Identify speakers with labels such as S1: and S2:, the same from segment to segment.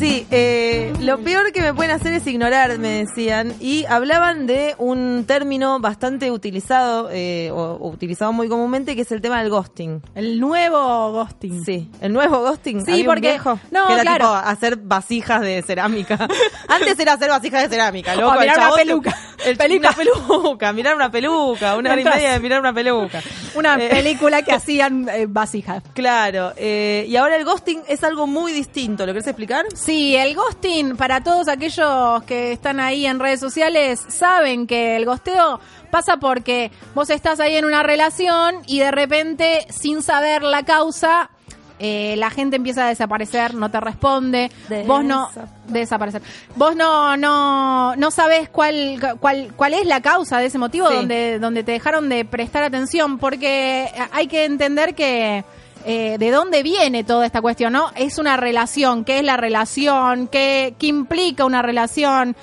S1: Sí, eh, lo peor que me pueden hacer es ignorar, me decían. Y hablaban de un término bastante utilizado, eh, o, o utilizado muy comúnmente, que es el tema del ghosting.
S2: El nuevo ghosting.
S1: Sí, el nuevo ghosting.
S2: Mm. Sí,
S1: Había un
S2: porque-
S1: viejo
S2: no,
S1: que era
S2: claro.
S1: tipo hacer vasijas de cerámica. Antes era hacer vasijas de cerámica, loco.
S2: O mirar
S1: el
S2: una
S1: chabón-
S2: peluca.
S1: El,
S2: Peluca.
S1: Una peluca, mirar una peluca, una hora y
S2: Mientras-
S1: media de mirar una peluca.
S2: Una
S1: Eh,
S2: película que hacían eh, vasijas.
S1: Claro, eh, y ahora el ghosting es algo muy distinto. ¿Lo querés explicar?
S2: Sí, el ghosting, para todos aquellos que están ahí en redes sociales, saben que el ghosteo pasa porque vos estás ahí en una relación y de repente, sin saber la causa, eh, la gente empieza a desaparecer, no te responde, vos no desaparecer. Vos no no no sabés cuál cuál cuál es la causa de ese motivo
S1: Sí.
S2: donde donde te dejaron de prestar atención porque hay que entender que eh, de dónde viene toda esta cuestión, ¿no? Es una relación, ¿qué es la relación? ¿Qué, qué implica una relación?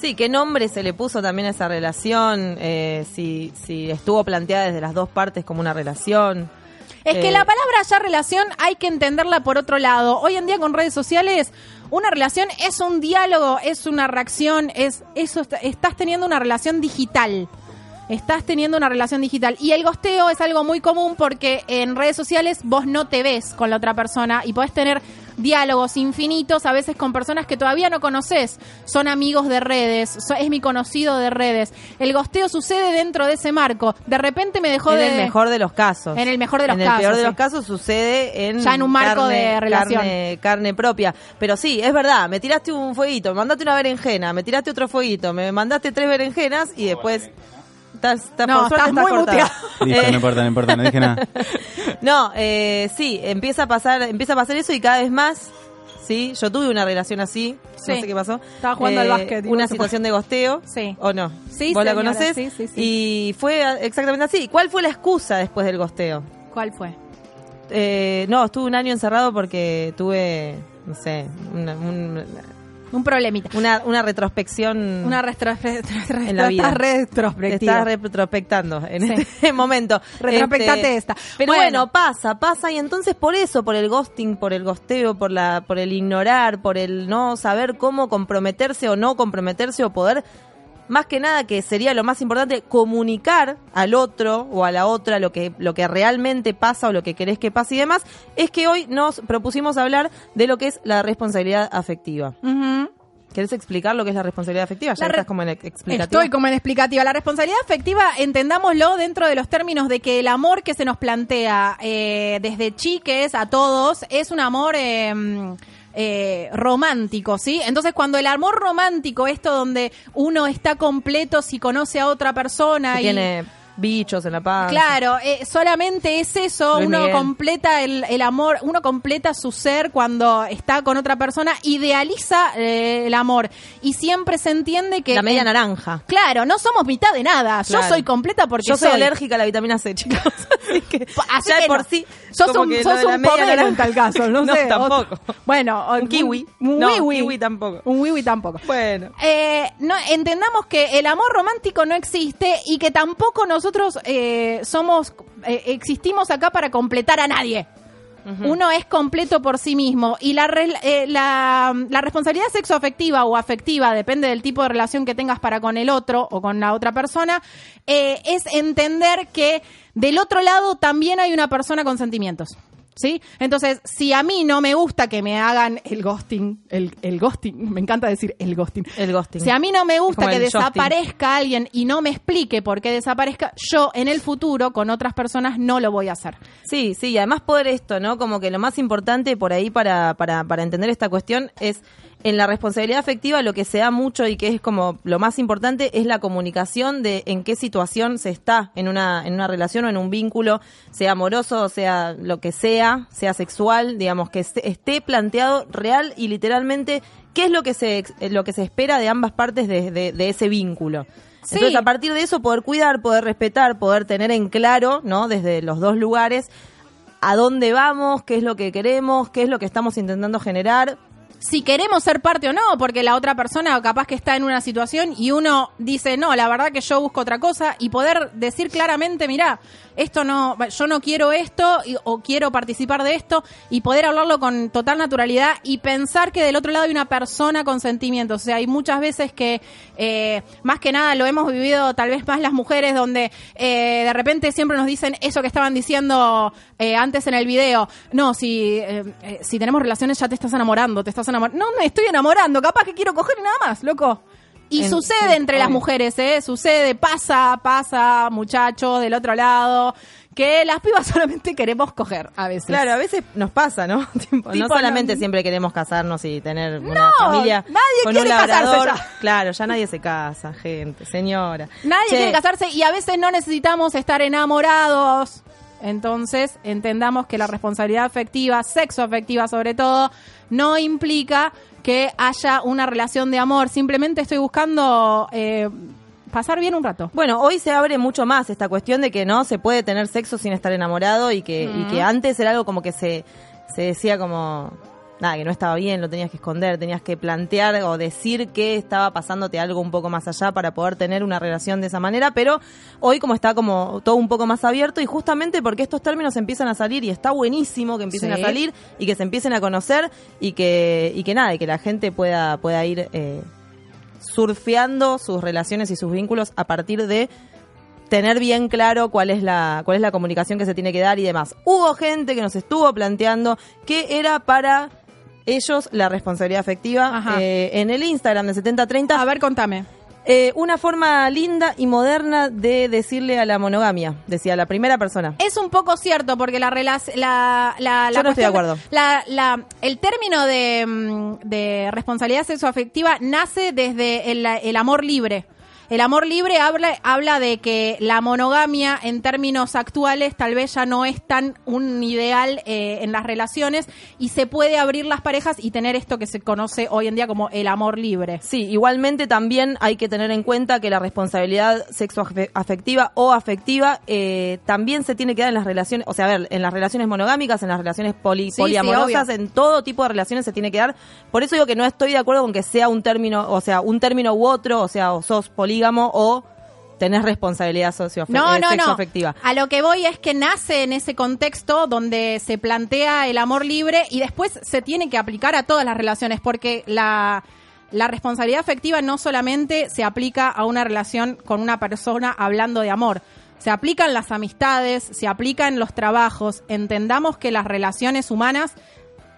S1: Sí, qué nombre se le puso también a esa relación, eh, si, si estuvo planteada desde las dos partes como una relación.
S2: Es que
S1: Eh,
S2: la palabra ya relación hay que entenderla por otro lado. Hoy en día con redes sociales, una relación es un diálogo, es una reacción, es eso est- estás teniendo una relación digital. Estás teniendo una relación digital. Y el gosteo es algo muy común porque en redes sociales vos no te ves con la otra persona y podés tener diálogos infinitos a veces con personas que todavía no conoces. Son amigos de redes, so- es mi conocido de redes. El gosteo sucede dentro de ese marco. De repente me dejó
S1: en
S2: de...
S1: el mejor de los casos.
S2: En el mejor de los
S1: En
S2: casos,
S1: el peor de
S2: sí.
S1: los casos sucede en.
S2: Ya en un marco de relación.
S1: Carne, carne propia. Pero sí, es verdad, me tiraste un fueguito, me mandaste una berenjena, me tiraste otro fueguito, me mandaste tres berenjenas y después. Estás, estás-
S2: No,
S1: por suerte
S2: estás muy
S1: cortada.
S3: Listo,
S1: Eh,
S3: no importa, no importa, no dije nada.
S1: No, eh, sí, empieza a pasar, empieza a pasar eso y cada vez más. Sí, yo tuve una relación así,
S2: Sí.
S1: no sé qué pasó. eh,
S2: Estaba jugando al básquet y
S1: Una
S2: no se
S1: situación de gosteo.
S2: Sí.
S1: ¿O no?
S2: Sí,
S1: ¿Vos
S2: señora,
S1: la conocés?
S2: sí, sí, sí.
S1: Y fue ah, exactamente así. ¿Cuál fue la excusa después del gosteo?
S2: ¿Cuál fue?
S1: Eh, no, estuve un año encerrado porque tuve, no sé, una, un-
S2: Un problemita.
S1: una, una retrospección.
S2: Una retro- retro-
S1: Mm. En la vida.
S2: estás retrospectiva.
S1: Estás retrospectando en
S2: Sí.
S1: este momento.
S2: Retrospectate esta.
S1: este, Pero
S2: Bueno.
S1: bueno. pasa, pasa. Y entonces por eso, por el ghosting, por el gosteo, por, la, por el ignorar, por el no saber cómo comprometerse o no comprometerse o poder, más que nada que sería lo más importante, comunicar al otro o a la otra lo que, lo que realmente pasa o lo que querés que pase y demás, es que hoy nos propusimos hablar de lo que es la responsabilidad afectiva.
S2: Ujú.
S1: ¿Querés explicar lo que es la responsabilidad afectiva? Ya
S2: La re-
S1: estás como en ex- explicativo.
S2: Estoy como en explicativa. La responsabilidad afectiva, entendámoslo dentro de los términos de que el amor que se nos plantea eh, desde chiques a todos es un amor eh, mm, eh, romántico, ¿sí? Entonces, cuando el amor romántico, esto donde uno está completo si conoce a otra persona
S1: que
S2: y
S1: tiene bichos en la panza.
S2: Claro, eh, solamente es eso,
S1: Luis
S2: uno
S1: Miguel.
S2: completa el, el amor, uno completa su ser cuando está con otra persona, idealiza eh, el amor y siempre se entiende que...
S1: la media
S2: eh,
S1: naranja.
S2: Claro, no somos mitad de nada, yo
S1: Claro.
S2: soy completa porque
S1: Yo soy alérgica a la vitamina C, chicos. Así que
S2: Así
S1: ya
S2: que
S1: de por
S2: no.
S1: sí.
S2: Sos
S1: como
S2: un,
S1: que lo
S2: sos
S1: de la
S2: un
S1: media
S2: pomelo
S1: naranja.
S2: en tal caso, no, sé,
S1: tampoco.
S2: otro- bueno,
S1: Un kiwi.
S2: Un,
S1: No,
S2: wiwi.
S1: kiwi tampoco.
S2: Un wiwi tampoco.
S1: Bueno.
S2: Eh, no, entendamos que el amor romántico no existe y que tampoco nosotros eh, somos eh, existimos acá para completar a nadie. Uno es completo por sí mismo y la, re- eh, la, la responsabilidad sexoafectiva o afectiva, depende del tipo de relación que tengas para con el otro o con la otra persona, eh, es entender que del otro lado también hay una persona con sentimientos. ¿Sí? Entonces, si a mí no me gusta que me hagan el ghosting, el, el ghosting, me encanta decir el ghosting,
S1: El ghosting.
S2: si a mí no me gusta
S1: como
S2: que
S1: el Justin.
S2: desaparezca alguien y no me explique por qué desaparezca, yo en el futuro con otras personas no lo voy a hacer.
S1: Sí, sí, y además poder esto, ¿no? Como que lo más importante por ahí para, para, para entender esta cuestión es en la responsabilidad afectiva lo que se da mucho y que es como lo más importante es la comunicación de en qué situación se está en una, en una relación o en un vínculo, sea amoroso, sea lo que sea, sea sexual, digamos, que se- esté planteado real y literalmente qué es lo que se, ex- lo que se espera de ambas partes de, de- de ese vínculo.
S2: Sí.
S1: Entonces, a partir de eso, poder cuidar, poder respetar, poder tener en claro, ¿no? Desde los dos lugares, a dónde vamos, qué es lo que queremos, qué es lo que estamos intentando generar,
S2: si queremos ser parte o no, porque la otra persona capaz que está en una situación y uno dice, no, la verdad que yo busco otra cosa y poder decir claramente, mirá, esto no, yo no quiero esto y- o quiero participar de esto y poder hablarlo con total naturalidad y pensar que del otro lado hay una persona con sentimientos. O sea, hay muchas veces que, eh, más que nada, lo hemos vivido tal vez más las mujeres, donde eh, de repente siempre nos dicen eso que estaban diciendo eh, antes en el video. No, si, eh, eh, si tenemos relaciones ya te estás enamorando, te estás enamorando. No, me estoy enamorando, capaz que quiero coger y nada más, loco. Y
S1: En-
S2: sucede
S1: sí,
S2: entre las
S1: obvio.
S2: mujeres, ¿eh? Sucede, pasa, pasa, muchachos del otro lado, que las pibas solamente queremos coger a veces.
S1: Claro, a veces nos pasa, ¿no? Tipo,
S2: Tipo,
S1: no solamente
S2: no-
S1: siempre queremos casarnos y tener una
S2: No,
S1: familia
S2: nadie
S1: con
S2: quiere
S1: un
S2: casarse
S1: labrador.
S2: ya.
S1: Claro, ya nadie se casa, gente, señora.
S2: Nadie
S1: Che,
S2: quiere casarse y a veces no necesitamos estar enamorados. Entonces, entendamos que la responsabilidad afectiva, sexo afectiva sobre todo, no implica que haya una relación de amor. Simplemente estoy buscando eh, pasar bien un rato.
S1: Bueno, hoy se abre mucho más esta cuestión de que no se puede tener sexo sin estar enamorado y que, y que antes era algo como que se, se decía como nada, que no estaba bien, lo tenías que esconder, tenías que plantear o decir que estaba pasándote algo un poco más allá para poder tener una relación de esa manera, pero hoy como está como todo un poco más abierto y justamente porque estos términos empiezan a salir y está buenísimo que empiecen
S2: Sí.
S1: a salir y que se empiecen a conocer y que, y que nada, y que la gente pueda, pueda ir eh, surfeando sus relaciones y sus vínculos a partir de tener bien claro cuál es la cuál es la comunicación que se tiene que dar y demás. Hubo gente que nos estuvo planteando que era para ellos la responsabilidad afectiva
S2: Ajá.
S1: eh, en el Instagram de 7030
S2: A ver, contame.
S1: eh, una forma linda y moderna de decirle a la monogamia, decía la primera persona.
S2: Es un poco cierto, porque la relación. La, la, la
S1: Yo no estoy de
S2: cuestión-
S1: acuerdo.
S2: la- la- el término de, mm, de responsabilidad sexoafectiva nace desde el, el amor libre. El amor libre habla, habla de que la monogamia en términos actuales tal vez ya no es tan un ideal eh, en las relaciones y se puede abrir las parejas y tener esto que se conoce hoy en día como el amor libre.
S1: Sí, igualmente también hay que tener en cuenta que la responsabilidad sexoafectiva o afectiva eh, también se tiene que dar en las relaciones, o sea, a ver, en las relaciones monogámicas, en las relaciones poli-
S2: Sí,
S1: poliamorosas,
S2: sí, obvio.
S1: en todo tipo de relaciones se tiene que dar. Por eso digo que no estoy de acuerdo con que sea un término, o sea, un término u otro, o sea, o sos polígamo o tenés responsabilidad socioafe- eh, sexoafectiva.
S2: A lo que voy es que nace en ese contexto donde se plantea el amor libre y después se tiene que aplicar a todas las relaciones porque la, la responsabilidad afectiva no solamente se aplica a una relación con una persona hablando de amor. Se aplican las amistades, se aplican los trabajos. Entendamos que las relaciones humanas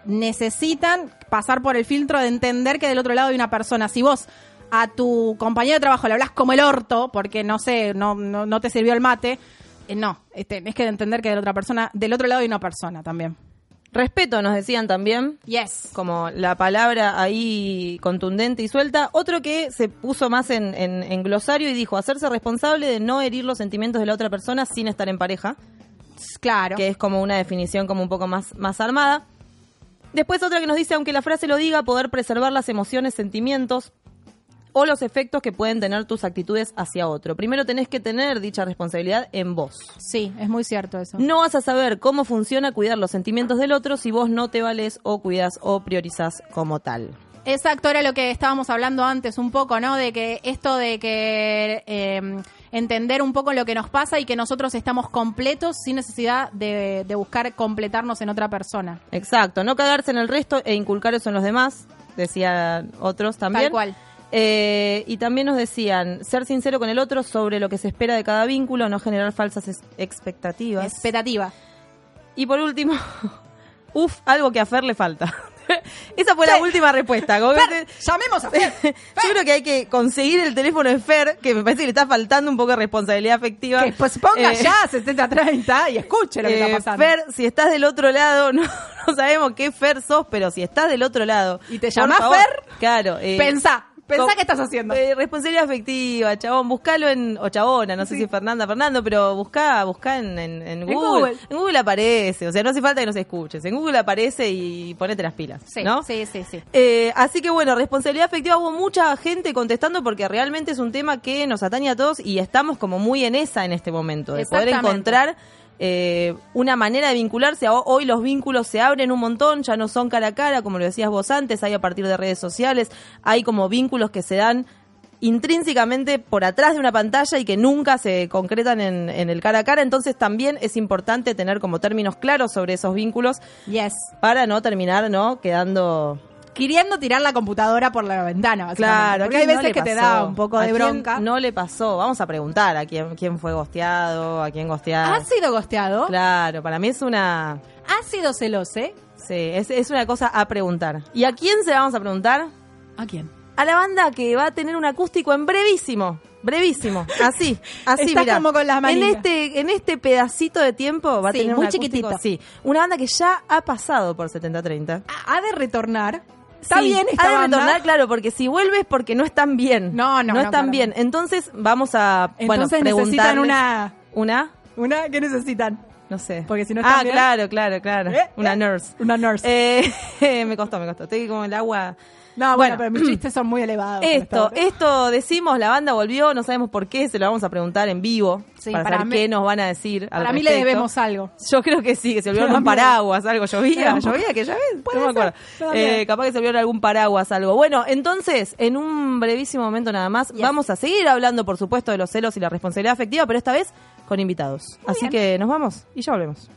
S2: necesitan pasar por el filtro de entender que del otro lado hay una persona. Si vos a tu compañero de trabajo le hablas como el orto, porque no sé, no, no, no te sirvió el mate, eh, no, eh, tenés que entender que de la otra persona, del otro lado hay una persona también.
S1: Respeto, nos decían también.
S2: Yes.
S1: como la palabra ahí contundente y suelta. Otro que se puso más en, en- en glosario y dijo hacerse responsable de no herir los sentimientos de la otra persona sin estar en pareja,
S2: Claro.
S1: que es como una definición como un poco más, más armada. Después otra que nos dice, aunque la frase lo diga, poder preservar las emociones, sentimientos o los efectos que pueden tener tus actitudes hacia otro. Primero tenés que tener dicha responsabilidad en vos.
S2: Sí, es muy cierto eso.
S1: No vas a saber cómo funciona cuidar los sentimientos del otro si vos no te vales o cuidas o priorizás como tal.
S2: Exacto, era lo que estábamos hablando antes un poco, ¿no? De que esto de que eh, entender un poco lo que nos pasa y que nosotros estamos completos sin necesidad de, de buscar completarnos en otra persona.
S1: Exacto, no cagarse en el resto e inculcar eso en los demás, decían otros también.
S2: Tal cual.
S1: Eh, y también nos decían ser sincero con el otro sobre lo que se espera de cada vínculo, no generar falsas es- expectativas.
S2: Expectativa.
S1: y por último, uff, algo que a Fer le falta. Esa fue la
S2: Fer.
S1: última respuesta. como que te-
S2: Llamemos a
S1: Yo creo que hay que conseguir el teléfono de Fer, que me parece que le está faltando un poco de responsabilidad afectiva.
S2: Que pues ponga
S1: Eh,
S2: ya 70-30 y escuche lo que
S1: Eh,
S2: está pasando.
S1: Fer, si estás del otro lado, no, no sabemos qué Fer sos, pero si estás del otro lado.
S2: ¿Y te
S1: por
S2: llamás
S1: favor,
S2: Fer?
S1: Claro. eh,
S2: pensá, pensá
S1: con-
S2: qué estás haciendo.
S1: eh, responsabilidad afectiva, chabón, buscalo en, o chabona, no sé si es Fernanda, Fernando, pero buscá, buscá en, en- en Google.
S2: Google.
S1: En Google aparece, o sea, no hace falta que nos escuches. En Google aparece y ponete las pilas,
S2: sí,
S1: ¿no?
S2: sí, sí, sí.
S1: Eh, así que bueno, responsabilidad afectiva, hubo mucha gente contestando porque realmente es un tema que nos atañe a todos y estamos como muy en esa en este momento, de poder
S2: Exactamente.
S1: encontrar eh, una manera de vincularse. Ho- Hoy los vínculos se abren un montón, ya no son cara a cara, como lo decías vos antes, hay a partir de redes sociales, hay como vínculos que se dan intrínsecamente por atrás de una pantalla y que nunca se concretan en, en el cara a cara. Entonces también es importante tener como términos claros sobre esos vínculos
S2: Yes.
S1: para no terminar, ¿no? Quedando
S2: Queriendo tirar la computadora por la ventana, básicamente.
S1: Claro, ¿a
S2: Porque hay
S1: quién no
S2: veces
S1: le
S2: que te
S1: pasó?
S2: da un poco
S1: ¿A
S2: de
S1: quién
S2: bronca.
S1: No le pasó. Vamos a preguntar a quién, quién fue gosteado, a quién gosteado.
S2: ¿Has sido gosteado?
S1: Ah. Claro, para mí es una.
S2: ¿Has sido celose?
S1: Sí, es, es una cosa a preguntar. ¿Y a quién se la vamos a preguntar?
S2: ¿A quién?
S1: A la banda que va a tener un acústico en brevísimo. Brevísimo. Así, así,
S2: Está
S1: mirá.
S2: como con las
S1: en
S2: manillas.
S1: este, en este pedacito de tiempo va a
S2: Sí,
S1: tener un
S2: muy
S1: acústico,
S2: chiquitito.
S1: Sí, una banda que ya ha pasado por 70-30.
S2: ¿Ha de retornar? ¿Está
S1: Sí,
S2: bien esta
S1: ha de
S2: banda?
S1: retornar, claro, porque si vuelves porque no están bien.
S2: No, no,
S1: No
S2: no,
S1: están
S2: claramente.
S1: bien. Entonces vamos a, bueno,
S2: Entonces necesitan
S1: preguntarles-
S2: una...
S1: Una,
S2: ¿Una? ¿Qué necesitan?
S1: no sé.
S2: Porque si no
S1: Ah,
S2: están bien-
S1: claro, claro, claro.
S2: ¿Eh?
S1: Una
S2: ¿Eh?
S1: nurse.
S2: Una nurse.
S1: Eh, me costó, me costó. Estoy como el agua. bueno.
S2: no, bueno, pero mis chistes son muy elevados. con
S1: Esto,
S2: esta-
S1: esto decimos, la banda volvió, no sabemos por qué, se lo vamos a preguntar en vivo
S2: Sí,
S1: para,
S2: para
S1: saber
S2: mí-
S1: qué nos van a decir. al
S2: Para mí le
S1: respecto.
S2: debemos algo.
S1: Yo creo que sí, que se olvidaron
S2: Me da
S1: un paraguas, algo. Llovía,
S2: Me da un
S1: llovía aquella vez.
S2: Puede
S1: No me
S2: ser,
S1: acuerdo.
S2: me da
S1: Eh,
S2: miedo.
S1: capaz que se olvidaron algún paraguas, algo. Bueno, entonces, en un brevísimo momento nada más, vamos a seguir hablando, por supuesto, de los celos y la responsabilidad afectiva, pero esta vez con invitados. Así que nos vamos y ya volvemos.